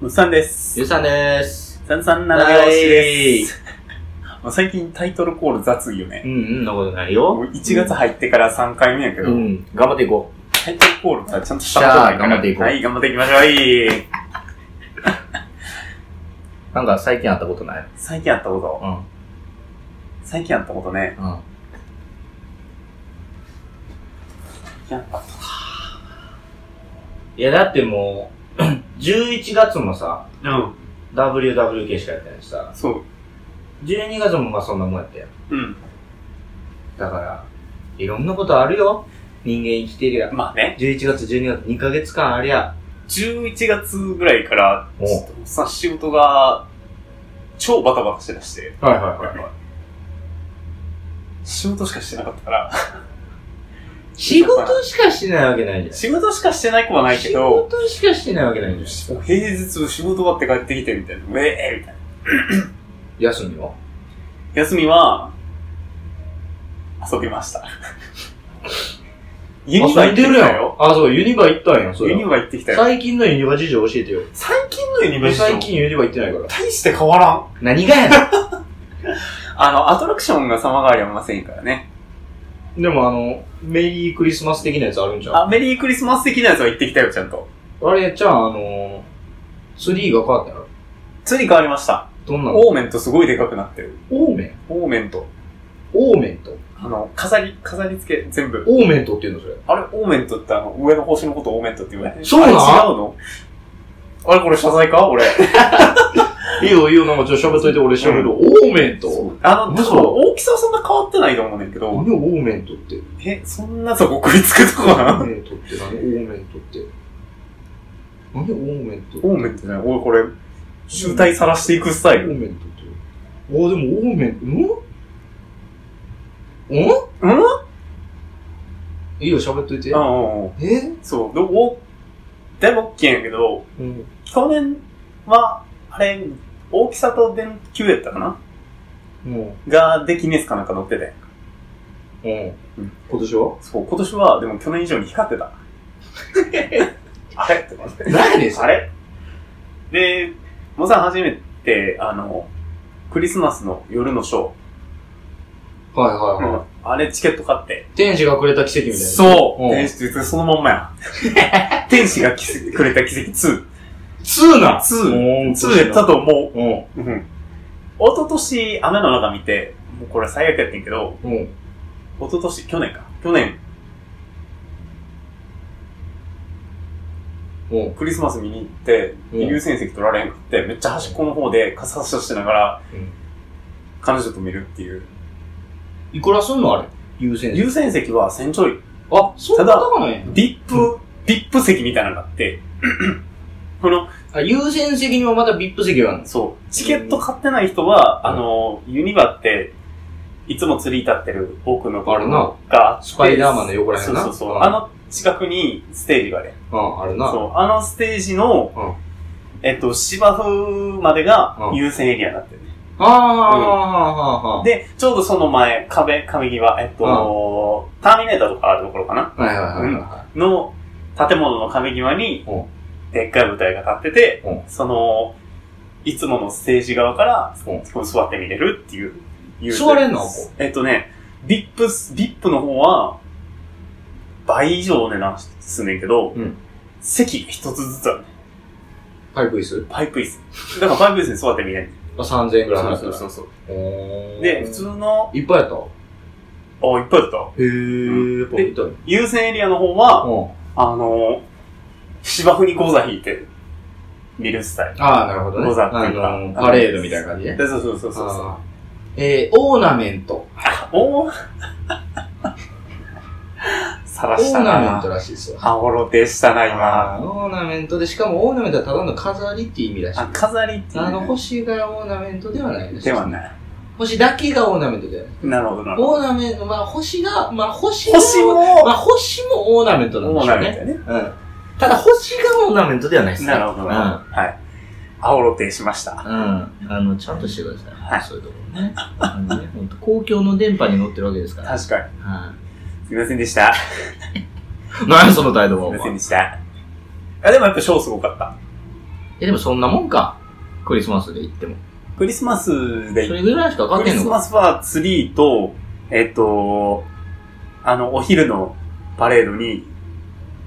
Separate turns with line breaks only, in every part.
うっさんです。
ゆうさんです。
さんさんなら拍子です。もう最近タイトルコール雑いよね
う。んうん、なことない
も
よ。
う1月入ってから3回目やけど、
うん、頑張っていこ
タイトルコールさ、ちゃんとしたことないから。
しゃあ頑張っていこう
はい、頑張っていきましょう。はい。
う。なんか最近あったことない
最近あったこと。
うん、うん。
最近あったことね。
あ
いやあった
いや、だってもう、11月もさ、
うん。
WWK しかやってないしさ、
そう。
12月もまあそんなもんやったよ。
うん。
だから、いろんなことあるよ。人間生きてりゃ。
まあね、
11月、12月、2ヶ月間ありゃ。
11月ぐらいから、ちょっとさ、仕事が、超バタバタして出して、
はいはいはい。
仕事しかしてなかったから、
仕事しかしてないわけないじゃん。
仕事しかしてない子はないけ
仕
ど、
事しかしてないわけないじゃん。
平日仕事終わって帰ってきてみたいな。ウェーみたいな。
休みは
休みは、遊びま した。ユニバ行ってきたよ。。
あ、そう、ユニバ行ったんや、そう
ユニ
や。
バ行ってきたよ。
最近のユニバ事情教えてよ。
最近のユニバ事情
最近ユニバ行ってないから。
大して変わらん。
何がや
あの、アトラクションが様変わりはありませんからね。
ねんでもあの、メリークリスマス的なやつあるんじゃんあ
あ、メリークリスマス的なやつは行ってきたよ、ちゃんと。
れ、じゃああの、ツリーが変わったやろ
ついに変わりました。
どんなの
オーメントすごいでかくなってる。
オーメン
オーメント。
オーメント
あの、飾り、飾り付け、全部。
オーメントって言うのそれ。
あれ、オーメントってあの、上の星のことオーメントって言われて
そうなん
あれ違うのあれ、これ謝罪か 俺。
いいよいいよ、なんかちょっと喋っといて俺喋る。オーメント
あの、多
嘘
分大きさはそんな変わってないと思うねんけど、
何オーメント って。
え、そんなとこ食いつくとこ
オー
な
メントって何オーメントって。何オーメントって。
オーメントじゃない俺これ、集体さらしていくスタイ
オ
ル。
ーメントって。あ、でもオーメント、んん
うん
いいよ、喋っといて。
うんうん。
え
そう。でも、おだいぶ大きいんやけど、
うん。
去年は、あれ、大きさと電球やったかな
うん。
が、で、ギネスかなんか乗ってて。
うん。今年は
そう、今年は、でも去年以上に光ってた。あれって思って。
何で
あれで、もさん初めて、あの、クリスマスの夜のショー、
はいはいはい。
あれチケット買って。
天使がくれた奇跡みたいな。
そう
うん
天使ってそのまんまや。 天使が奇跡くれた奇跡2。
2な
2。
うん。
2やったと思
うん。うん。
う。うん。一昨年雨の中見て、もうこれ最悪やってんけど、
うん。
一昨年、去年か。去年、クリスマス見に行って、
うん
優先席取られへんくって、めっちゃ端っこの方で傘差ししながら
うん、
彼女と見るっていう。
いくらすんのあれ優先。
優先席は1000ちょい。
あ、そう
ただ
高ないんや。
ビップ、ビップ席みたいなのがあ って、この、
あ、優先席にもまた VIP 席があるんです。
そう、チケット買ってない人は、
うん
あの、ユニバって、いつも釣り立ってる奥の
あるな
があって
スパイダーマンの横らへんな
そうそうそうう。
ん
あの近くにステージがね。
うん、あるな。
そう。あのステージの、えっと、芝生までが
うん
優先エリアになってるね。
ああ、はあ、はあ、は
で、ちょうどその前、壁、壁際、えっと、ターミネーターとかあるところかな
あ。はいはいはいは
の建物の壁際に
うん、
でっかい舞台が立ってて、
うん
その、いつものステージ側から、
うん
こう座って見れるっていう。いう
座れんのここ
えっとね、ビップス、ビップの方は、倍以上お値段すんねんけど、
うん
席が一つずつあるね。
い。パイプ椅子
パイプ椅子。だからパイプ椅子に座って見れる。
あ ?3000 円ぐらい払ったから。
うそう。
おー
で、普通の、
いっぱいやったへ
あ、いっぱいだった。
え、やっぱ見たい。うん。
優先エリアの方は、あの、芝生に講座引いて、見るスタイル。
ああ、なるほどね。
ゴザって
あ
いうか
の、パレードみたいな感じね。
でそうそうそうそうそう
あ。ーえー、オーナメント。
おーさ
オ
らし
ー
た
ナメン
な
ト。らしいですよ。
羽ろでしたな、今。
あーオーナメントで、しかもオーナメントはただの飾りっていう意味らしい
あ、。飾りっていうね
あの、星がオーナメントではないらしい
では
す。
ない。
星だけがオーナメントではない。
なるほど、なるほど。
オーナメント、まあ星が、まあ星が、
星も、
まあ星もオーナメントなんで
もう
し
な
ょうん
だ
ね。
よね。
うん。ただ星がオーナメントではないですね。
なるほど、なるほど。はい。青露亭しました。
うん、あの、ちゃんとしてください。
はい
そういうところね。あのね、ほんと公共の電波に乗ってるわけですから。
確かに。
は
すみませんでした。す
い。何やその態度は。お
みません
前
でした。あ、でもやっぱショーすごかった。
え、でもそんなもんか。クリスマスで行っても。
クリスマス
そ
で、
れぐらいしかかか
ク
って
リ
ん
ス
のか。
マスはツリーと、えっと、あの、お昼のパレードに、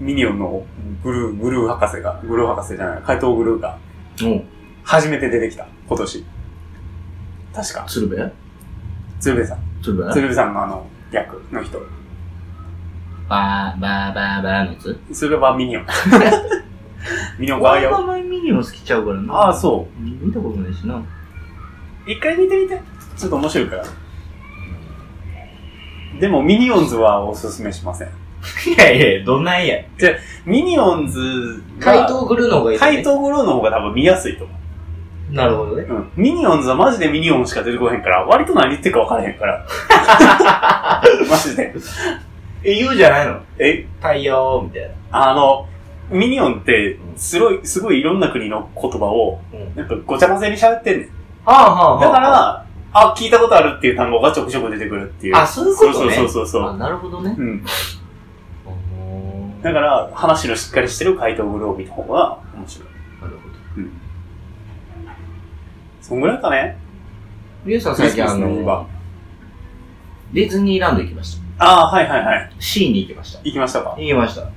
ミニオンのグルー、グルー博士が、グルー博士じゃない、怪盗グルーが、
おう
初めて出てきた、今年。確か、
鶴瓶
鶴瓶さん。
鶴瓶
鶴瓶さんのあの、役の人。
バー、バー、バー、バーのやつ
それはミ ニオン。ミニオン
俺
が
は
よ。
前ミニオン好きちゃうからな。
ああ、そう。
見たことないしな。
一回見てみて。ちょっと面白いから。でも、ミニオンズはおすすめしません。
いやいや、どないや。
ミニオンズ
怪
が、
盗グルーの方がいい、ね。
怪盗グルーの方が多分見やすいと思
なるほどね。
う。うん。ミニオンズはマジでミニオンしか出てこへんから、割と何言ってるか分からへんから。マジで。
え、言うじゃないの
え、
太陽みたいな。
あの、ミニオンって、すごい、すごいいろんな国の言葉を、
うん。
なんかごちゃ混ぜに喋ってんねん。
はあはあは
だから、あ、聞いたことあるっていう単語がちょくちょく出てくるっていう。
あ、そういうこ
そう
と
そう
ね。
そうそうそう。
あ、なるほどね。
うん。
おー
だから、話のしっかりしてる怪盗グルーを見た方が面白い。
なるほど。
うん。そんぐらいかね
リュウさん最近あ
クリスマスの日は
の、ディズニーランド行きました。
ああ、はいはいはい。
シーに行きました。
行きましたか
行きました。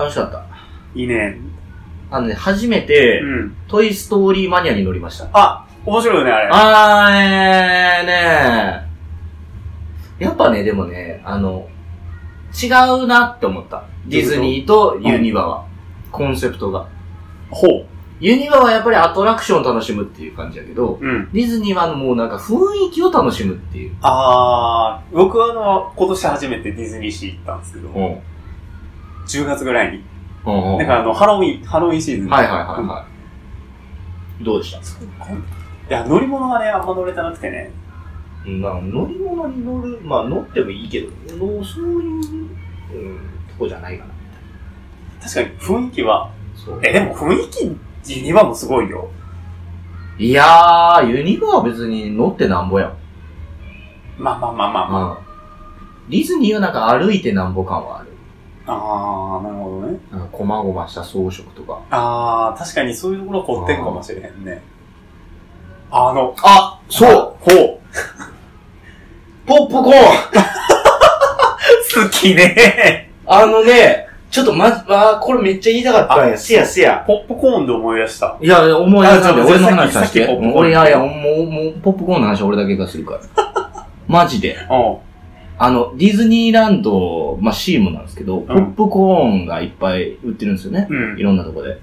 楽しかった。
いいね。
あのね、初めて、
うん。
トイストーリーマニアに乗りました。
あ、面白いよね、あれ。
あー、えーねー。やっぱね、でもね、あの、違うなって思った。ディズニーとユニバは。コンセプトが。
ほう。
ユニバはやっぱりアトラクションを楽しむっていう感じだけど、
うん。
ディズニーはもうなんか雰囲気を楽しむっていう。
ああ、僕はあの、今年初めてディズニーシー行ったんですけど、
うん。
10月ぐらいに。
うん
なんかあの、ハロウィン、ハロウィンシーズン。。
はいはいいはいはい。どうでした
いや、乗り物がね、あんま乗れてなくてね。
まあ、乗り物に乗る、まあ乗ってもいいけど、のそういう、うん、とこじゃないかな。
確かに雰囲気は、
そう。
え、でも雰囲気、ユニバもすごいよ。
いやー、ユニバは別に乗ってなんぼやん。うん。
まあまあまあまあまあ。
ディズニーはなんか歩いてなんぼ感はある。
ああ、なるほどね。
なんか、こまごました装飾とか。
ああ、確かにそういうところ凝ってんかもしれへんね。あの、
あ
ほう
ポップコーン
好きね
あのね、ちょっとま、あーこれめっちゃ言いたかったんや。せやせや。
ポップコーンで思い出した。
いや、思い出さん
あじゃ
で、
あ
俺の話させて。
さっきポップコーン
俺、いやいや、もう、もう、ポップコーンの話は俺だけがするから。 マジで。
うん。
あの、ディズニーランド、まあ、シームなんですけど、ポップコーンがいっぱい売ってるんですよね。
うん
い。ろんなとこで。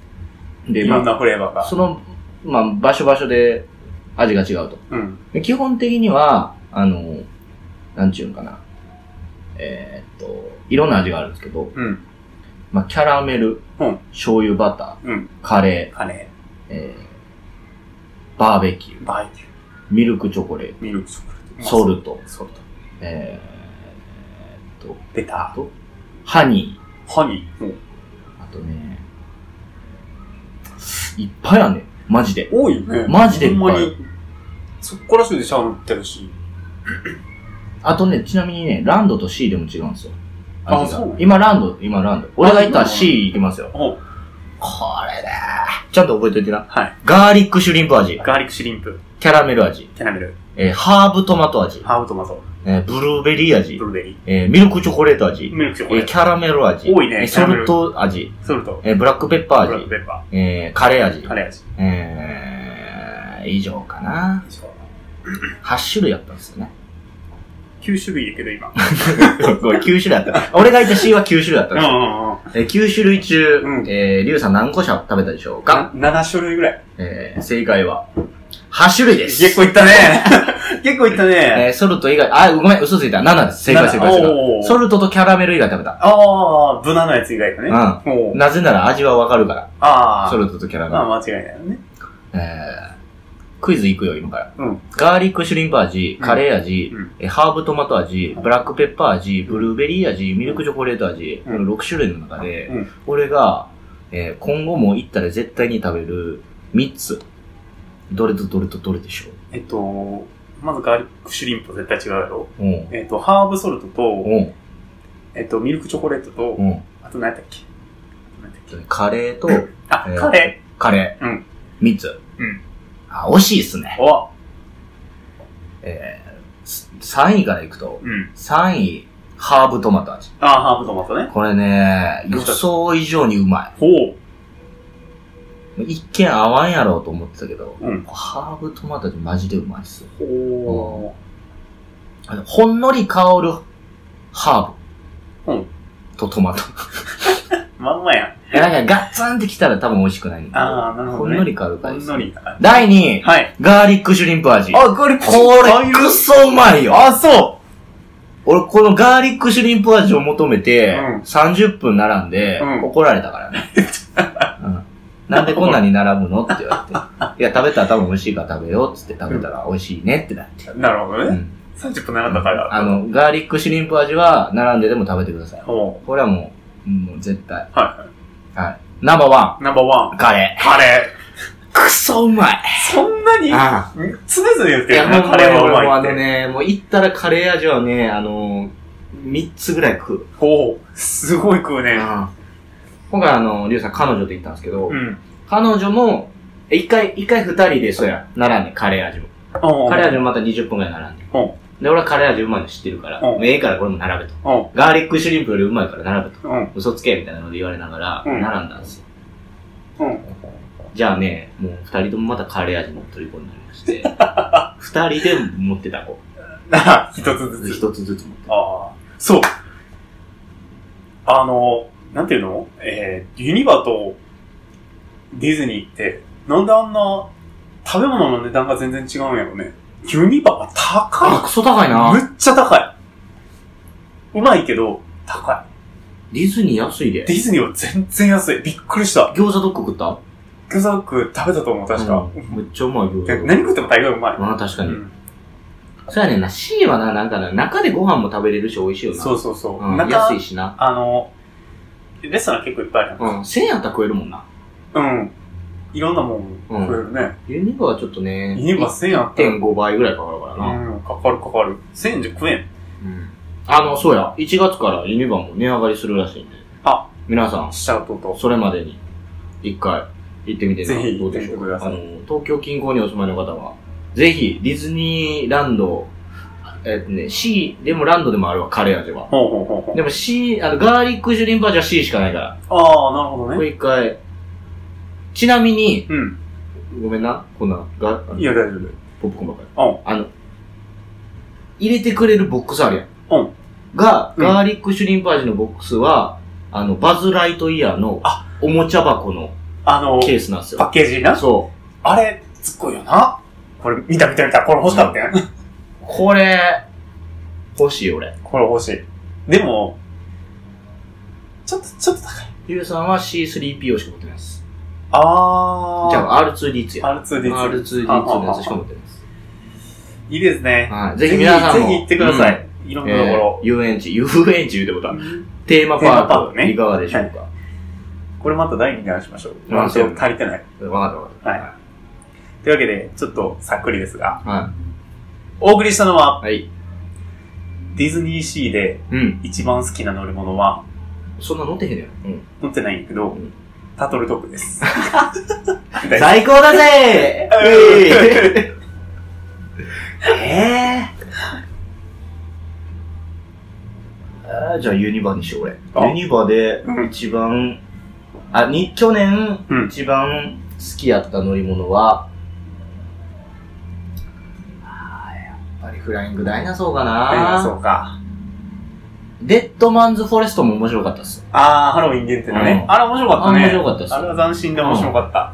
で、
いろん
ま
なフレーバー
あ、
が。
その、まあ、場所場所で味が違うと。
うん。
で基本的には、あの、なんちゅうんかな。えーっと、いろんな味があるんですけど、
うん。
まあ、キャラメル、
うん
醤油バター、
うん
カレ
カレ
ー、えーバーベキュー
ー、、バーベキュー、
ミルクチョコレー
ミルクチョコレート。
ト、ソルト、
ト。ソルト。
えーっと、
ベタ
ハニー、
ー。ハニー。うん
あとね、いっぱいあんねん。マジで。
多いよね。
マジでいっ
ほん
ぱい
まに。そこら中でシャワー売ってるし。
あとね、ちなみにね、ランドと C でも違うんですよ。
あ
味が
そうなんや
今ランド、今ランド。俺が行ったら C 行きますよ。
お
これだー。ちゃんと覚えておいてな。
はい。
ガーリックシュリンプ味。
ガーリックシュリンプ、
キャラメル味。
キャラメル、
えーハーブトマト味。
ハーブトマト、
えーブルーベリー味
ブ。ルーベリ
えーミルクチョコレート味。
ー、ミルクチョコ
え
レ
ー
ー
キャラメル味。
多いね
えーソルト味。
ト、ソルト、
えーブラックペッパ
ブラ
ー
ック
味。
ペッパ
えーカレー味
ー、。カレー味。
えー、以上かな。8種類あったんですよね。
9種類やけど今。
これ9種類あった。俺がいた C は9種類あったん
うん
ですよ。
う
えー9種類中、
うん
えー、リュウさん何個食べたでしょうか、
んうん。7種類ぐらい。
えー、正解は、8種類です。
結構いった ね。結構いったね。
えーソルト以外、あ、ごめん、嘘ついた。7です。正解正解正
おーおーお
解。
ー
ソルトとキャラメル以外食べた。
ああ、無難なやつ以外かね。おう
なぜなら味はわかるから。
ああ。
ソルトとキャラメ
ま
ル。
あ間違いないよね。
えー、クイズいくよ、今から。
うん
ガーリックシュリンプ味、カレー味、
うん
えーハーブトマト味、ブラックペッパー味、ブルーベリー味、ミルクチョコレート味、
うん
この6種類の中で、
うん
俺が、えー今後も行ったら絶対に食べる3つ。どれとどれとどれでしょ
えっと、まずガーリックシュリンプは絶対違うやろ。
ううん。
えっと、ハーブソルトと、
うん。
えっと、ミルクチョコレートと
う、ん。
あと何やったっけあと何やったっけ
カレーと、
あ
えー、
カレ
カレー。
うん。
3つ。
うん。
あ、惜しいっすね。
お
えー、3位からいくと、
うん。
3位、ハーブトマト味。
あーハーブトマトね。
これね、
ど
予
うした
想以上にうま
ほ
い。一見合わんやろうと思ってたけど、
う。うん。
ハーブトマト味マジでうまいっす。
ほ
あのほんのり香るハーブ。
うん
と トマト。
う。まんまやん。
いやなんかガッツンってきたら多分美味しくないんだけど
あーなるほどね
ほんのり香る
ほ
感
ん
じ。
のりだから。
第2位、
はい。
ガーリックシュリンプ味。こ
あ、これ、
れ、くそうまいよ。
あ、そ
俺、このガーリックシュリンプ味を求めて
うん、
30分並んで
う、ん
怒られたか らね。うんなんでこんなに並ぶのって言われて。いや、食べたら多分美味しいから食べようっつって食べたら美味しいねってなって。
うなるほど
う
ね。
ん
30分並んだから。
あの、ガーリックシュリンプ味は並んででも食べてください。
ほ
これはもう、うんもう絶対。
う。は
はい。ナンバーワ
い。ナンバーワ
ン、
ン。
カレ
カレ
ー。くそうまい。
ー。そんなに
あ
常々言って
い
る
や、
よね。
もう、
カレーは
もうあ
うまい
の
って。
ね、もう行ったらカレー味はね、あの、3つぐらい食う。
ほう。すごい食うね。
今回あの、りゅうさん彼女と行ったんですけど、
うん。
彼女も、え一回、一回二人で、そうや、並んで、カレー味も。
お
カレー味もまた20分ぐらい並んで。
うん
で、俺はカレー味うまいの知ってるから、
うん
もうええからこれも並べと。
うん。
ガーリックシュリンプよりうまいから並べと。
うん。
嘘つけ、みたいなので言われながら、
うん
並んだんですよ。
うん。
じゃあね、もう二人ともまたカレー味の虜になり まして、二人で持ってた子。
な、一つずつ。
一つずつ持ってた。
ああ。そう。あの、なんていうのえー、ユニバとディズニーって、なんであんな食べ物の値段が全然違うんやろね。ユニバが
あ、
高
クソ高い
い。
な。
むっちゃ高い。うまいけど、高
ディズニー安いで
い。デ。ィズニーは全然安い。びっくりした。
餃子どっか食った
グザク食べたと思う、確か。
うんめっちゃうまい餃
で
子。
何食っても大概うまい。
まあ確か
う
に。
ん
そうやねんな。C はな、なんかな、中でご飯も食べれるし美味しいよな。
そうそうそう。
うん
なんか
安い、しな。
あの、レストラン結構いっぱいある
うん。1000円やったら食えるもんな。
やん。うん。いろんなもん食えるね。
ユニバはちょっとね。
ユニバ1000円あったら
1.5倍ぐらいかかるからな。
うん、かかるかかる。1000円じゃ食えん。
うん。あの、そうや。1月からユニバも値上がりするらしいんで。
あ、
皆さん、
しちゃうとと。
それまでに、一回、行ってみてね
ぜひ
どうでしょ
行ってみてく
う
だ
か。
さ
あ
い
の、東京近郊にお住まいの方は、ぜひ、ディズニーランド、えっとね、C でもランドでもあるわ、カレー味は。
ほうほうほうほう。
でも C、あの、ガーリックシュリンプ味は C しかないから。
ああ、なるほど
こ
ね。
れ一回。ちなみに、
うん。
ごめんな、こんな、が、あの
いや、大丈夫。
ポップコーンばっかり。
うん
あの、入れてくれるボックスあるやん。
うん
が、
うん
ガーリックシュリンプ味のボックスは、あの、バズ・ライトイヤーの
あ、
おもちゃ箱の
あの、
ケースなんです
パ
よ。
ッケージな。
そう。
あれ、すっごいよな。これ、見た見た見た。これ欲しかったやん。
これ、欲しい俺。
これ欲しい。でも、ちょっと、ちょっと高い。
ゆうさんは C3PO しか持ってないです。
ああ。
じゃあ R2D2 や。
R2D2。
R2D2 のやつしか持ってないです。
いいですね。
はい。ぜひ皆さんも。
ぜひ行ってくださ
うん
い。いろんなところ。
えー遊園地、遊園地言うてことは、テーマ
テーマパ
パ
ー
ー
ク
ク、
ね
いかがでしょうか。
これまた第2弾しましょう。
あ
足
そう
足りてない。
わかったわかっ
というわけで、ちょっとさっくりですが、
た。は。、
お送りしたのはい
はい。
ディズニーシーで
うん。
一番好きな乗り物は、
そんな乗ってへんねん。うん。
乗ってないんやけど、
うん
タトルトークです。
最高だぜ え
え
ーじゃあユニバにしよう、
あ
俺。ユニバで
うん
一番、あ、に、去年
うん、
一番好きやった乗り物は、あーやっぱりフライングダイナソーか
あ
な
そうか。
デッドマンズ・フォレストも面白かったっす。
あー、ハロウィン限定のね。
うん
あれ面白かった
あ
ね。
面白かったっす
あれは斬新で面白かった。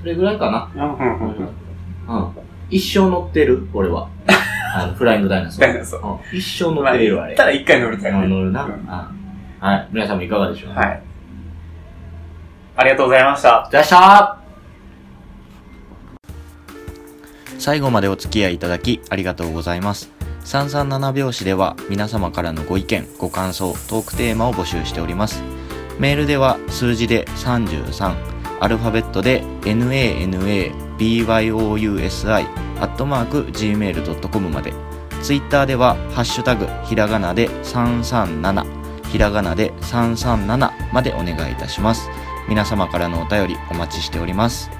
それぐらいかな。
うん、うん、う
う
ん
ん
うん。。
一生乗ってる俺 は。あの、フライングダイナソー。
ダイナソー
うん一生乗
ま
っ
あ、
てるよ、あ
行っ
れ。
たら一回乗りたいね。
乗るな。
う
うんんはい。皆さんもいかがでしょうか。
はい。ありがとうございました。
じゃあした
最後までお付き合いいただきありがとうございます。337拍子では皆様からのご意見、ご感想、トークテーマを募集しております。メールでは数字で33、アルファベットで nanabyousi、アットマーク gmail.com まで。ツイッターではハッシュタグ、ひらがなで337、ひらがなで337までお願いいたします。
皆様からのお便りお待ちしております。